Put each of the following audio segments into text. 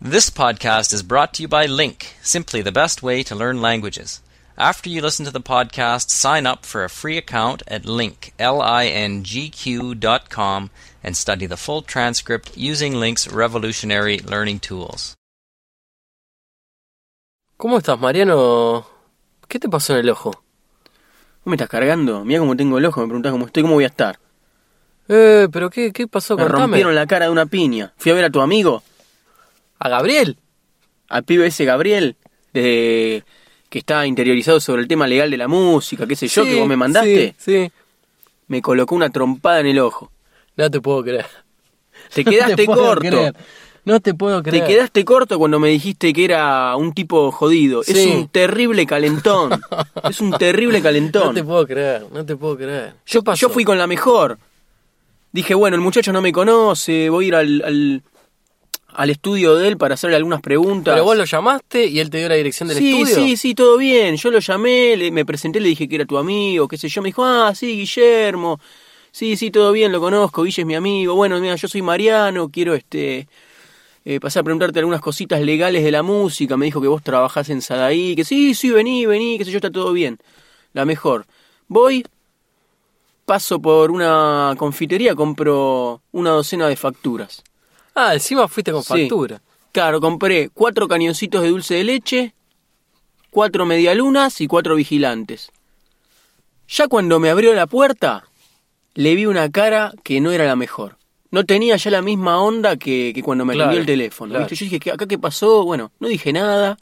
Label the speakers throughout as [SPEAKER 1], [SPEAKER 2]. [SPEAKER 1] This podcast is brought to you by Link, simply the best way to learn languages. After you listen to the podcast, sign up for a free account at link, L-I-N-G-Q dot com and study the full transcript using Link's revolutionary learning tools.
[SPEAKER 2] ¿Cómo estás, Mariano? ¿Qué te pasó en el ojo?
[SPEAKER 3] ¿No me estás cargando? Mira cómo tengo el ojo, me preguntás cómo estoy, cómo voy a estar.
[SPEAKER 2] Eh, pero ¿qué, qué pasó?
[SPEAKER 3] Me
[SPEAKER 2] Contame.
[SPEAKER 3] rompieron la cara de una piña. Fui a ver a tu amigo,
[SPEAKER 2] ¿A Gabriel?
[SPEAKER 3] al pibe ese Gabriel, de... que está interiorizado sobre el tema legal de la música, qué sé yo, que
[SPEAKER 2] Sí,
[SPEAKER 3] vos me mandaste.
[SPEAKER 2] Sí, sí.
[SPEAKER 3] Me colocó una trompada en el ojo.
[SPEAKER 2] No te puedo creer.
[SPEAKER 3] Te
[SPEAKER 2] No te
[SPEAKER 3] quedaste
[SPEAKER 2] puedo
[SPEAKER 3] corto.
[SPEAKER 2] creer. No te puedo creer.
[SPEAKER 3] Te quedaste corto cuando me dijiste que era un tipo jodido. Es
[SPEAKER 2] Sí.
[SPEAKER 3] un terrible calentón. es un terrible
[SPEAKER 2] No
[SPEAKER 3] calentón.
[SPEAKER 2] te puedo creer, no te puedo creer.
[SPEAKER 3] Yo, yo fui con la mejor. Dije, bueno, el muchacho no me conoce, voy a ir al, al, al estudio de él para hacerle algunas preguntas.
[SPEAKER 2] Pero vos lo llamaste y él te dio la dirección del
[SPEAKER 3] sí,
[SPEAKER 2] estudio.
[SPEAKER 3] sí, sí, todo bien. Yo lo llamé, le- me presenté, le dije que era tu amigo, qué sé yo. Me dijo, ah, sí, Guillermo. Sí, sí, todo bien, lo conozco, Guille es mi amigo. Bueno, mira, yo soy Mariano, quiero este eh, pasar a preguntarte algunas cositas legales de la música. Me dijo que vos trabajás en Sadaí, que sí, sí, vení, vení, qué sé yo, está todo bien. La mejor. Voy, paso por una confitería, compro una docena de facturas.
[SPEAKER 2] Ah, encima fuiste con
[SPEAKER 3] Sí.
[SPEAKER 2] factura.
[SPEAKER 3] Claro, compré cuatro cañoncitos de dulce de leche, cuatro medialunas y cuatro vigilantes. Ya cuando me abrió la puerta, le vi una cara que no era la mejor. No tenía ya la misma onda que, que cuando me
[SPEAKER 2] Claro,
[SPEAKER 3] atendió el teléfono.
[SPEAKER 2] claro.
[SPEAKER 3] ¿viste? Yo dije, ¿qué- ¿acá qué pasó? Bueno, no dije nada.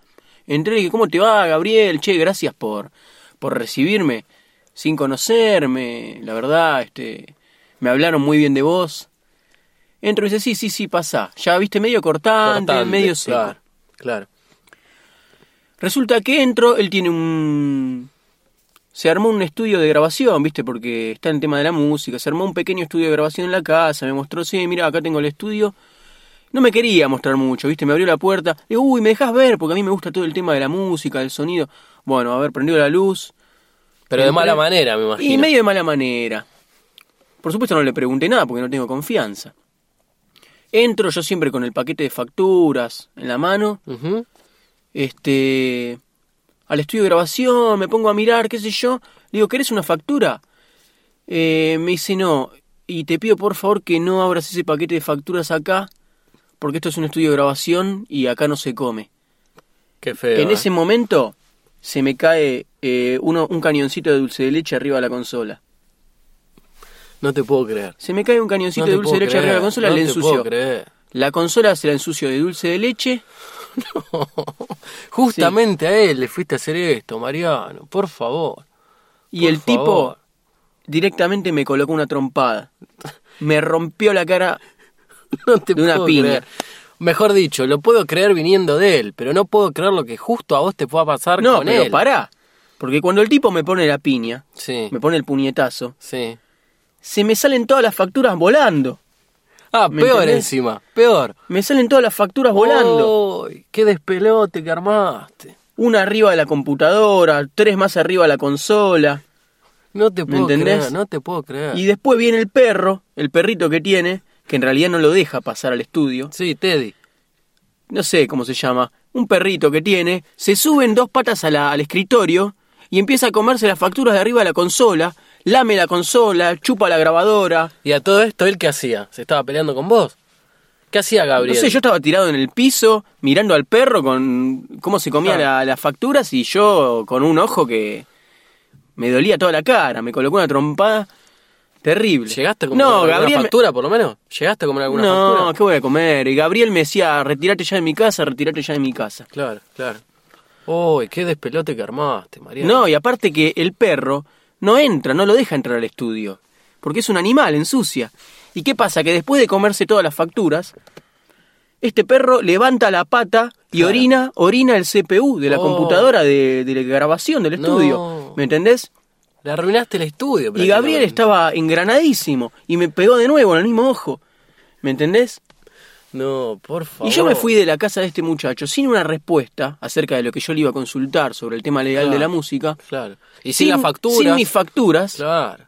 [SPEAKER 3] Entré y dije, ¿cómo te va, Gabriel? Che, gracias por, por recibirme sin conocerme. La verdad, este, me hablaron muy bien de vos. Entro y dice, sí, sí, sí, pasa. Ya viste medio cortante,
[SPEAKER 2] Cortante,
[SPEAKER 3] medio seco.
[SPEAKER 2] Claro, claro.
[SPEAKER 3] Resulta que entro, él tiene un... Se armó un estudio de grabación, ¿viste? Porque está en tema de la música. Se armó un pequeño estudio de grabación en la casa. Me mostró, sí, mira, acá tengo el estudio. No me quería mostrar mucho, ¿viste? Me abrió la puerta. Le digo, uy, me dejas ver, porque a mí me gusta todo el tema de la música, del sonido. Bueno, a ver, prendió la luz.
[SPEAKER 2] Pero de
[SPEAKER 3] Entré-
[SPEAKER 2] mala manera, me imagino.
[SPEAKER 3] Y medio de mala manera. Por supuesto no le pregunté nada porque no tengo confianza. Entro yo siempre con el paquete de facturas en la mano.
[SPEAKER 2] Ujú.
[SPEAKER 3] Este. Al estudio de grabación, me pongo a mirar, qué sé yo. Le digo, ¿querés una factura? Eh, me dice no. Y te pido por favor que no abras ese paquete de facturas acá. Porque esto es un estudio de grabación y acá no se come.
[SPEAKER 2] Qué feo.
[SPEAKER 3] en
[SPEAKER 2] eh.
[SPEAKER 3] ese momento se me cae eh, uno, un cañoncito de dulce de leche arriba de la consola.
[SPEAKER 2] No te puedo creer.
[SPEAKER 3] Se me cae un cañoncito
[SPEAKER 2] no te
[SPEAKER 3] de dulce
[SPEAKER 2] puedo
[SPEAKER 3] de leche
[SPEAKER 2] creer.
[SPEAKER 3] arriba de la consola,
[SPEAKER 2] no
[SPEAKER 3] le
[SPEAKER 2] te puedo
[SPEAKER 3] ensució.
[SPEAKER 2] creer.
[SPEAKER 3] La consola se la ensució de dulce de leche.
[SPEAKER 2] Justamente a él le fuiste a hacer esto, Mariano. Por favor.
[SPEAKER 3] Y
[SPEAKER 2] Por
[SPEAKER 3] el
[SPEAKER 2] favor.
[SPEAKER 3] tipo directamente me colocó una trompada. Me rompió la cara.
[SPEAKER 2] No te
[SPEAKER 3] de una
[SPEAKER 2] puedo
[SPEAKER 3] piña.
[SPEAKER 2] creer. Mejor dicho, lo puedo creer viniendo de él, pero no puedo creer lo que justo a vos te pueda pasar
[SPEAKER 3] No,
[SPEAKER 2] con
[SPEAKER 3] pero
[SPEAKER 2] él.
[SPEAKER 3] pará. Porque cuando el tipo me pone la piña,
[SPEAKER 2] Sí,
[SPEAKER 3] me pone el puñetazo,
[SPEAKER 2] sí.
[SPEAKER 3] se me salen todas las facturas volando.
[SPEAKER 2] Ah,
[SPEAKER 3] ¿Me
[SPEAKER 2] peor
[SPEAKER 3] entendés?
[SPEAKER 2] encima, peor.
[SPEAKER 3] Me salen todas las facturas
[SPEAKER 2] Oh.
[SPEAKER 3] volando.
[SPEAKER 2] Uy, ¡Qué despelote que armaste!
[SPEAKER 3] Una arriba de la computadora, tres más arriba de la consola.
[SPEAKER 2] No te
[SPEAKER 3] ¿Me
[SPEAKER 2] puedo
[SPEAKER 3] entendés?
[SPEAKER 2] creer, no te puedo creer.
[SPEAKER 3] Y después viene el perro, el perrito que tiene, que en realidad no lo deja pasar al estudio.
[SPEAKER 2] Sí, Teddy.
[SPEAKER 3] no sé cómo se llama, un perrito que tiene, se sube en dos patas a la- al escritorio y empieza a comerse las facturas de arriba de la consola, lame la consola, chupa la grabadora.
[SPEAKER 2] ¿Y a todo esto él qué hacía? ¿Se estaba peleando con vos? ¿Qué hacía
[SPEAKER 3] No
[SPEAKER 2] Gabriel?
[SPEAKER 3] sé, yo estaba tirado en el piso mirando al perro con cómo se comía
[SPEAKER 2] Claro.
[SPEAKER 3] la- las facturas y yo con un ojo que me dolía toda la cara, me colocó una trompada terrible.
[SPEAKER 2] ¿Llegaste a comer
[SPEAKER 3] no,
[SPEAKER 2] alguna
[SPEAKER 3] Gabriel me-
[SPEAKER 2] factura, por lo menos? ¿Llegaste a comer alguna
[SPEAKER 3] No,
[SPEAKER 2] factura?
[SPEAKER 3] ¿qué voy a comer? Y Gabriel me decía, retirate ya de mi casa, retirate ya de mi casa.
[SPEAKER 2] Claro, claro. ¡Uy, qué despelote que armaste, Mariano!
[SPEAKER 3] No, y aparte que el perro no entra, no lo deja entrar al estudio. Porque es un animal, ensucia. ¿Y qué pasa? Que después de comerse todas las facturas, este perro levanta la pata y
[SPEAKER 2] Claro.
[SPEAKER 3] orina, orina el CPU de la
[SPEAKER 2] Oh.
[SPEAKER 3] computadora de, de la grabación del
[SPEAKER 2] No.
[SPEAKER 3] estudio. ¿Me entendés?
[SPEAKER 2] Le arruinaste el estudio.
[SPEAKER 3] Y Gabriel
[SPEAKER 2] prácticamente.
[SPEAKER 3] estaba engranadísimo y me pegó de nuevo en el mismo ojo. ¿Me entendés?
[SPEAKER 2] No, por favor.
[SPEAKER 3] Y yo me fui de la casa de este muchacho sin una respuesta acerca de lo que yo le iba a consultar sobre el tema legal de la
[SPEAKER 2] Claro.
[SPEAKER 3] música.
[SPEAKER 2] Claro. Y sin, la factura.
[SPEAKER 3] Sin mis facturas.
[SPEAKER 2] Claro.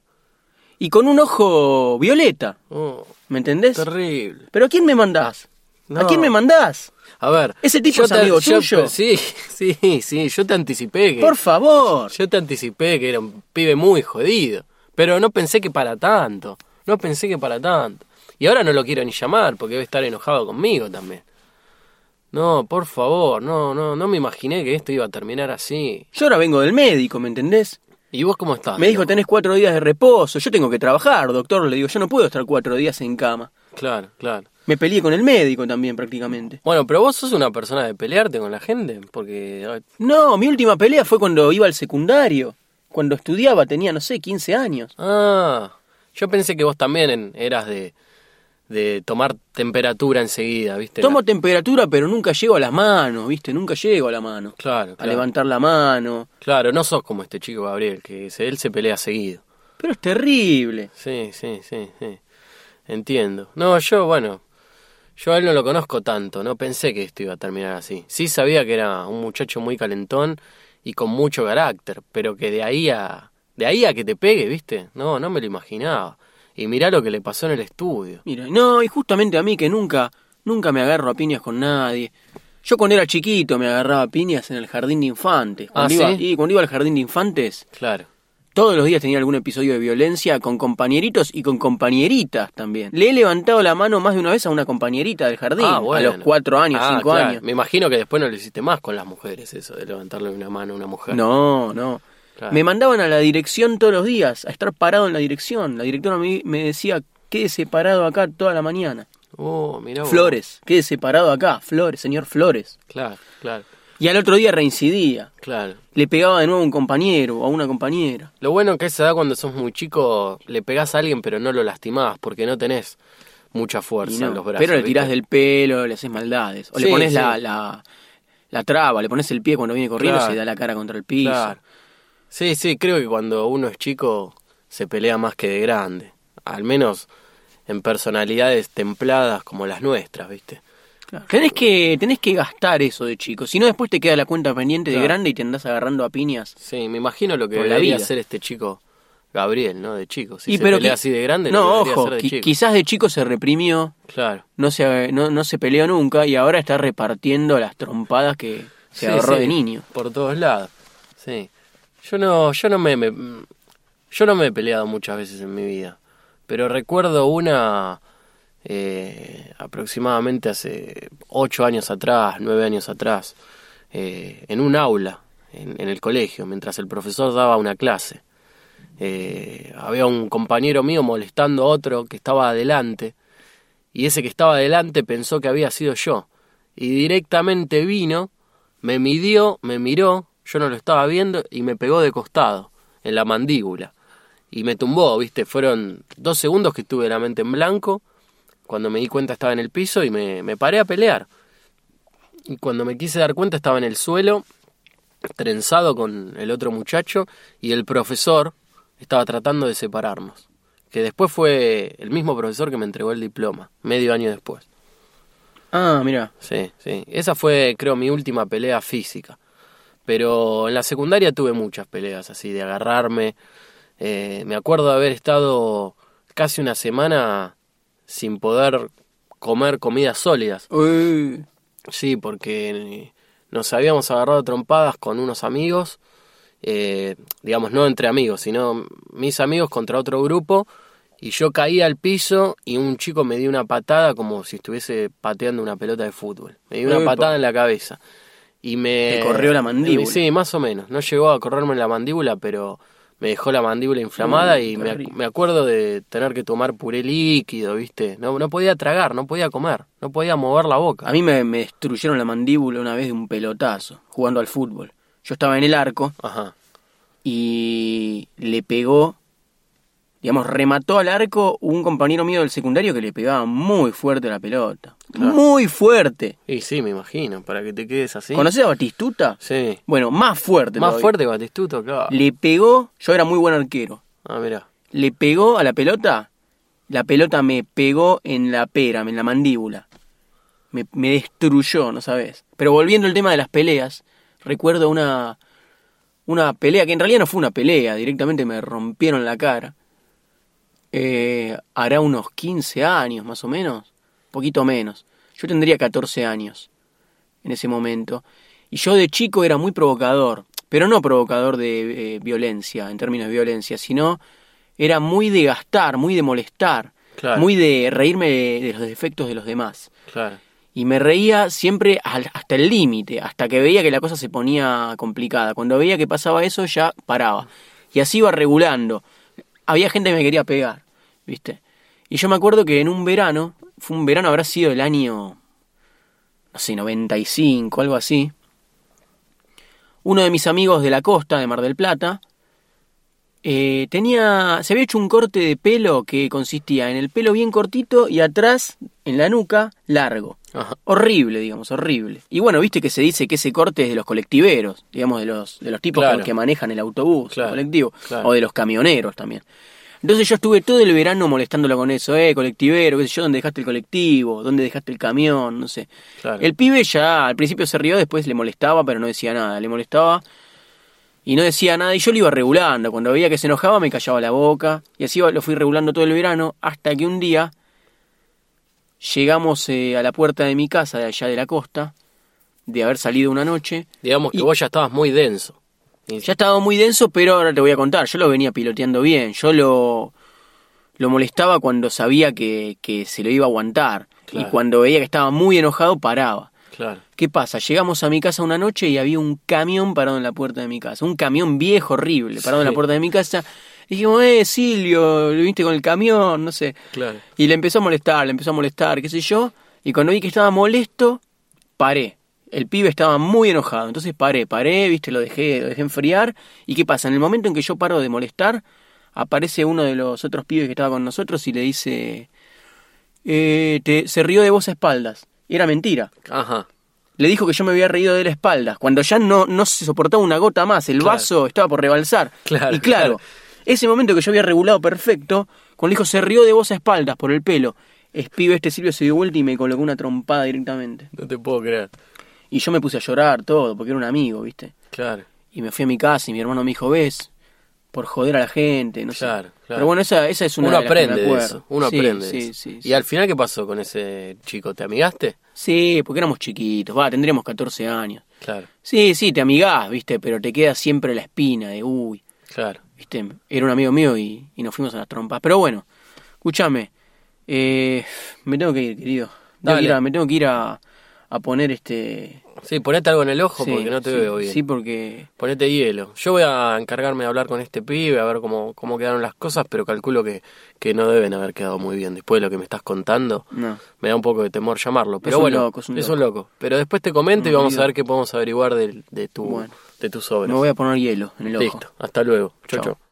[SPEAKER 3] y con un ojo violeta,
[SPEAKER 2] Oh,
[SPEAKER 3] ¿me entendés?
[SPEAKER 2] terrible.
[SPEAKER 3] Pero ¿a quién me mandás?
[SPEAKER 2] No.
[SPEAKER 3] ¿A quién me mandás?
[SPEAKER 2] A ver.
[SPEAKER 3] Ese tipo
[SPEAKER 2] yo
[SPEAKER 3] es
[SPEAKER 2] te-
[SPEAKER 3] amigo
[SPEAKER 2] yo-
[SPEAKER 3] tuyo.
[SPEAKER 2] Sí, sí, sí. Yo te anticipé que.
[SPEAKER 3] Por favor.
[SPEAKER 2] Yo te anticipé que era un pibe muy jodido. Pero no pensé que para tanto. No pensé que para tanto. Y ahora no lo quiero ni llamar porque debe estar enojado conmigo también. No, por favor, no, no, no me imaginé que esto iba a terminar así.
[SPEAKER 3] Yo ahora vengo del médico, ¿me entendés?
[SPEAKER 2] ¿Y vos cómo estás?
[SPEAKER 3] Me dijo,
[SPEAKER 2] loco?
[SPEAKER 3] tenés cuatro días de reposo, yo tengo que trabajar, doctor. Le digo, yo no puedo estar cuatro días en cama.
[SPEAKER 2] Claro, claro.
[SPEAKER 3] Me peleé con el médico también prácticamente.
[SPEAKER 2] Bueno, pero vos sos una persona de pelearte con la gente, porque... ay,
[SPEAKER 3] No, mi última pelea fue cuando iba al secundario. Cuando estudiaba tenía, no sé, 15 años.
[SPEAKER 2] Ah, yo pensé que vos también en- eras de, de tomar temperatura enseguida, ¿viste?
[SPEAKER 3] Tomo
[SPEAKER 2] La-
[SPEAKER 3] temperatura, pero nunca llego a las manos, ¿viste? Nunca llego a la mano.
[SPEAKER 2] Claro,
[SPEAKER 3] A
[SPEAKER 2] claro.
[SPEAKER 3] levantar la mano.
[SPEAKER 2] Claro, no sos como este chico Gabriel, que se- él se pelea seguido.
[SPEAKER 3] Pero es terrible.
[SPEAKER 2] Sí, sí, sí, sí. Entiendo. No, yo, bueno, yo a él no lo conozco tanto, no pensé que esto iba a terminar así. Sí sabía que era un muchacho muy calentón y con mucho carácter, pero que de ahí a, de ahí a que te pegue, ¿viste? No, no me lo imaginaba. Y mirá lo que le pasó en el estudio.
[SPEAKER 3] Mira, no, y justamente a mí que nunca, nunca me agarro a piñas con nadie. Yo cuando era chiquito me agarraba a piñas en el jardín de infantes. Cuando
[SPEAKER 2] Ah,
[SPEAKER 3] iba,
[SPEAKER 2] ¿sí?
[SPEAKER 3] y cuando iba al jardín de infantes,
[SPEAKER 2] Claro.
[SPEAKER 3] todos los días tenía algún episodio de violencia con compañeritos y con compañeritas también. Le he levantado la mano más de una vez a una compañerita del jardín,
[SPEAKER 2] Ah, bueno.
[SPEAKER 3] a los cuatro años,
[SPEAKER 2] Ah,
[SPEAKER 3] cinco
[SPEAKER 2] claro.
[SPEAKER 3] años.
[SPEAKER 2] Me imagino que después no lo hiciste más con las mujeres, eso de levantarle una mano a una mujer.
[SPEAKER 3] No, no.
[SPEAKER 2] Claro.
[SPEAKER 3] Me mandaban a la dirección todos los días, a estar parado en la dirección. La directora me, me decía, quédese parado acá toda la mañana.
[SPEAKER 2] Oh, mirá vos.
[SPEAKER 3] Flores, quédese parado acá, Flores, señor Flores.
[SPEAKER 2] Claro, claro,
[SPEAKER 3] Y al otro día reincidía.
[SPEAKER 2] claro.
[SPEAKER 3] Le pegaba de nuevo a un compañero o a una compañera.
[SPEAKER 2] Lo bueno que a esa edad cuando sos muy chico le pegás a alguien pero no lo lastimás porque no tenés mucha
[SPEAKER 3] Y
[SPEAKER 2] fuerza
[SPEAKER 3] no,
[SPEAKER 2] en los brazos.
[SPEAKER 3] pero le tirás
[SPEAKER 2] ¿viste?
[SPEAKER 3] del pelo, le haces maldades. O le
[SPEAKER 2] Sí,
[SPEAKER 3] pones la,
[SPEAKER 2] sí.
[SPEAKER 3] la, la traba, le pones el pie cuando viene corriendo
[SPEAKER 2] Claro.
[SPEAKER 3] y se da la cara contra el piso.
[SPEAKER 2] Claro. Sí, sí, creo que cuando uno es chico se pelea más que de grande. Al menos en personalidades templadas como las nuestras, ¿viste?
[SPEAKER 3] Claro. Tenés, que, tenés que gastar eso de chico. Si no, después te queda la cuenta pendiente de
[SPEAKER 2] Claro.
[SPEAKER 3] grande y te andás agarrando a piñas.
[SPEAKER 2] Sí, me imagino lo que
[SPEAKER 3] Por la
[SPEAKER 2] debería
[SPEAKER 3] vida.
[SPEAKER 2] hacer este chico Gabriel, ¿no? De chico. Si
[SPEAKER 3] Y
[SPEAKER 2] se
[SPEAKER 3] pero
[SPEAKER 2] pelea
[SPEAKER 3] qui-
[SPEAKER 2] así de grande, lo
[SPEAKER 3] no,
[SPEAKER 2] debería
[SPEAKER 3] ojo,
[SPEAKER 2] hacer de
[SPEAKER 3] qui-
[SPEAKER 2] chico.
[SPEAKER 3] quizás de chico se reprimió,
[SPEAKER 2] Claro.
[SPEAKER 3] no se, no, no se peleó nunca y ahora está repartiendo las trompadas que se
[SPEAKER 2] Sí,
[SPEAKER 3] agarró
[SPEAKER 2] sí,
[SPEAKER 3] de niño.
[SPEAKER 2] Por todos lados. Sí. Yo no, yo no me, me- yo no me he peleado muchas veces en mi vida. Pero recuerdo una eh, aproximadamente hace ocho años atrás, nueve años atrás, eh, en un aula, en, en el colegio, mientras el profesor daba una clase. Eh, había un compañero mío molestando a otro que estaba adelante y ese que estaba adelante pensó que había sido yo. Y directamente vino, me midió, me miró, yo no lo estaba viendo y me pegó de costado, en la mandíbula. Y me tumbó, viste, fueron dos segundos que tuve la mente en blanco, cuando me di cuenta estaba en el piso y me, me paré a pelear. Y cuando me quise dar cuenta estaba en el suelo, trenzado con el otro muchacho, y el profesor estaba tratando de separarnos. Que después fue el mismo profesor que me entregó el diploma, medio año después.
[SPEAKER 3] Ah, mira.
[SPEAKER 2] Sí, sí. Esa fue, creo, mi última pelea física. Pero en la secundaria tuve muchas peleas así, de agarrarme. Eh, me acuerdo de haber estado casi una semana sin poder comer comidas sólidas.
[SPEAKER 3] Uy,
[SPEAKER 2] Sí, porque eh, nos habíamos agarrado a trompadas con unos amigos, eh, digamos, no entre amigos, sino mis amigos contra otro grupo, y yo caí al piso y un chico me dio una patada como si estuviese pateando una pelota de fútbol. Me dio una
[SPEAKER 3] Epa.
[SPEAKER 2] patada en la cabeza. Y me...
[SPEAKER 3] Te corrió la mandíbula.
[SPEAKER 2] Sí, más o menos. No llegó a correrme la mandíbula, pero me dejó la mandíbula inflamada
[SPEAKER 3] Mm,
[SPEAKER 2] y me, ac-
[SPEAKER 3] terrible.
[SPEAKER 2] me acuerdo de tener que tomar puré líquido, ¿viste? No, no podía tragar, no podía comer, no podía mover la boca.
[SPEAKER 3] a mí me, me destruyeron la mandíbula una vez de un pelotazo, jugando al fútbol. Yo estaba en el arco
[SPEAKER 2] Ajá.
[SPEAKER 3] y le pegó, digamos, remató al arco un compañero mío del secundario que le pegaba muy fuerte la pelota. Muy fuerte.
[SPEAKER 2] Y sí, me imagino, para que te quedes así.
[SPEAKER 3] ¿Conoces a Batistuta?
[SPEAKER 2] Sí.
[SPEAKER 3] Bueno, más fuerte.
[SPEAKER 2] Más
[SPEAKER 3] todavía.
[SPEAKER 2] fuerte que Batistuto, claro.
[SPEAKER 3] Le pegó, yo era muy buen arquero.
[SPEAKER 2] Ah, mirá.
[SPEAKER 3] Le pegó a la pelota, la pelota me pegó en la pera, en la mandíbula. Me, me destruyó, no sabes. Pero volviendo al tema de las peleas, recuerdo una una pelea que en realidad no fue una pelea, directamente me rompieron la cara. Eh, hará unos 15 años más o menos, poquito menos. Yo tendría 14 años en ese momento. Y yo de chico era muy provocador, pero no provocador de eh, violencia, en términos de violencia, sino era muy de gastar, muy de molestar,
[SPEAKER 2] Claro.
[SPEAKER 3] muy de reírme de, de los defectos de los demás.
[SPEAKER 2] Claro.
[SPEAKER 3] Y me reía siempre al- hasta el límite, hasta que veía que la cosa se ponía complicada. Cuando veía que pasaba eso ya paraba. Y así iba regulando. Había gente que me quería pegar, ¿viste? Y yo me acuerdo que en un verano, fue un verano, habrá sido el año, no sé, 95, algo así. Uno de mis amigos de la costa, de Mar del Plata, eh, tenía, se había hecho un corte de pelo que consistía en el pelo bien cortito y atrás, en la nuca, largo.
[SPEAKER 2] Ajá.
[SPEAKER 3] Horrible, digamos, horrible. Y bueno, viste que se dice que ese corte es de los colectiveros, digamos, de los, de los tipos
[SPEAKER 2] Claro.
[SPEAKER 3] con los que manejan el autobús,
[SPEAKER 2] Claro,
[SPEAKER 3] el colectivo,
[SPEAKER 2] claro.
[SPEAKER 3] o de los camioneros también. Entonces yo estuve todo el verano molestándolo con eso, eh, colectivero, qué sé yo, ¿dónde dejaste el colectivo? ¿Dónde dejaste el camión? No sé.
[SPEAKER 2] Claro.
[SPEAKER 3] El pibe ya al principio se rió, después le molestaba, pero no decía nada, le molestaba y no decía nada y yo lo iba regulando. Cuando veía que se enojaba me callaba la boca y así lo fui regulando todo el verano hasta que un día llegamos eh, a la puerta de mi casa de allá de la costa, de haber salido una noche.
[SPEAKER 2] Digamos que
[SPEAKER 3] Y-
[SPEAKER 2] vos ya estabas muy denso. Y-
[SPEAKER 3] Ya estaba muy denso, pero ahora te voy a contar. Yo lo venía piloteando bien. Yo lo, lo molestaba cuando sabía que, que se lo iba a aguantar.
[SPEAKER 2] Claro.
[SPEAKER 3] Y cuando veía que estaba muy enojado, paraba.
[SPEAKER 2] Claro.
[SPEAKER 3] ¿Qué pasa? Llegamos a mi casa una noche y había un camión parado en la puerta de mi casa. Un camión viejo, horrible, parado en
[SPEAKER 2] Sí.
[SPEAKER 3] la puerta de mi casa. Y dijimos, eh, Silvio, lo viste con el camión, no sé.
[SPEAKER 2] Claro.
[SPEAKER 3] Y le empezó a molestar, le empezó a molestar, qué sé yo. Y cuando vi que estaba molesto, paré. El pibe estaba muy enojado, entonces paré, paré, viste, lo dejé, lo dejé enfriar. ¿Y qué pasa? En el momento en que yo paro de molestar, aparece uno de los otros pibes que estaba con nosotros y le dice, eh, te- se rió de vos a espaldas. Y era mentira.
[SPEAKER 2] Ajá.
[SPEAKER 3] Le dijo que yo me había reído de la espalda, cuando ya no, no se soportaba una gota más, el
[SPEAKER 2] Claro.
[SPEAKER 3] vaso estaba por rebalsar.
[SPEAKER 2] Claro,
[SPEAKER 3] y claro,
[SPEAKER 2] claro.
[SPEAKER 3] ese momento que yo había regulado perfecto, cuando le dijo se rió de vos a espaldas por el pelo, es pibe este Silvio se dio vuelta y me colocó una trompada directamente.
[SPEAKER 2] No te puedo creer.
[SPEAKER 3] Y yo me puse a llorar todo, porque era un amigo, ¿viste?
[SPEAKER 2] Claro.
[SPEAKER 3] Y me fui a mi casa y mi hermano me dijo, ves, por joder a la gente, no
[SPEAKER 2] Claro,
[SPEAKER 3] sé.
[SPEAKER 2] claro.
[SPEAKER 3] Pero bueno, esa, esa es una
[SPEAKER 2] Uno
[SPEAKER 3] de las que me
[SPEAKER 2] aprende de
[SPEAKER 3] acuerdo.
[SPEAKER 2] eso. Uno
[SPEAKER 3] Sí,
[SPEAKER 2] aprende. de
[SPEAKER 3] sí,
[SPEAKER 2] eso.
[SPEAKER 3] sí,
[SPEAKER 2] ¿Y al final qué pasó con ese chico? ¿Te amigaste?
[SPEAKER 3] sí, porque éramos chiquitos, va, tendríamos 14 años.
[SPEAKER 2] Claro,
[SPEAKER 3] Sí, sí, te amigás, viste, pero te queda siempre la espina de, uy,
[SPEAKER 2] claro.
[SPEAKER 3] viste, era un amigo mío y, y nos fuimos a las trompas. Pero bueno, escúchame, eh, me tengo que ir, querido. Tengo
[SPEAKER 2] Dale.
[SPEAKER 3] que ir a- me tengo que ir a, a poner este...
[SPEAKER 2] Sí, ponete algo en el ojo porque no te
[SPEAKER 3] sí,
[SPEAKER 2] veo bien.
[SPEAKER 3] Sí, porque...
[SPEAKER 2] Ponete hielo. Yo voy a encargarme de hablar con este pibe, a ver cómo, cómo quedaron las cosas, pero calculo que, que no deben haber quedado muy bien. Después de lo que me estás contando,
[SPEAKER 3] No.
[SPEAKER 2] me da un poco de temor llamarlo. Pero
[SPEAKER 3] un
[SPEAKER 2] bueno,
[SPEAKER 3] loco, es un
[SPEAKER 2] loco. Pero después te comento y
[SPEAKER 3] Un
[SPEAKER 2] vamos a
[SPEAKER 3] ruido.
[SPEAKER 2] ver qué podemos averiguar de, de, tu,
[SPEAKER 3] Bueno.
[SPEAKER 2] de tus obras.
[SPEAKER 3] Me voy a poner hielo en el ojo.
[SPEAKER 2] Listo, hasta luego. Chau,
[SPEAKER 3] Chau.
[SPEAKER 2] chau.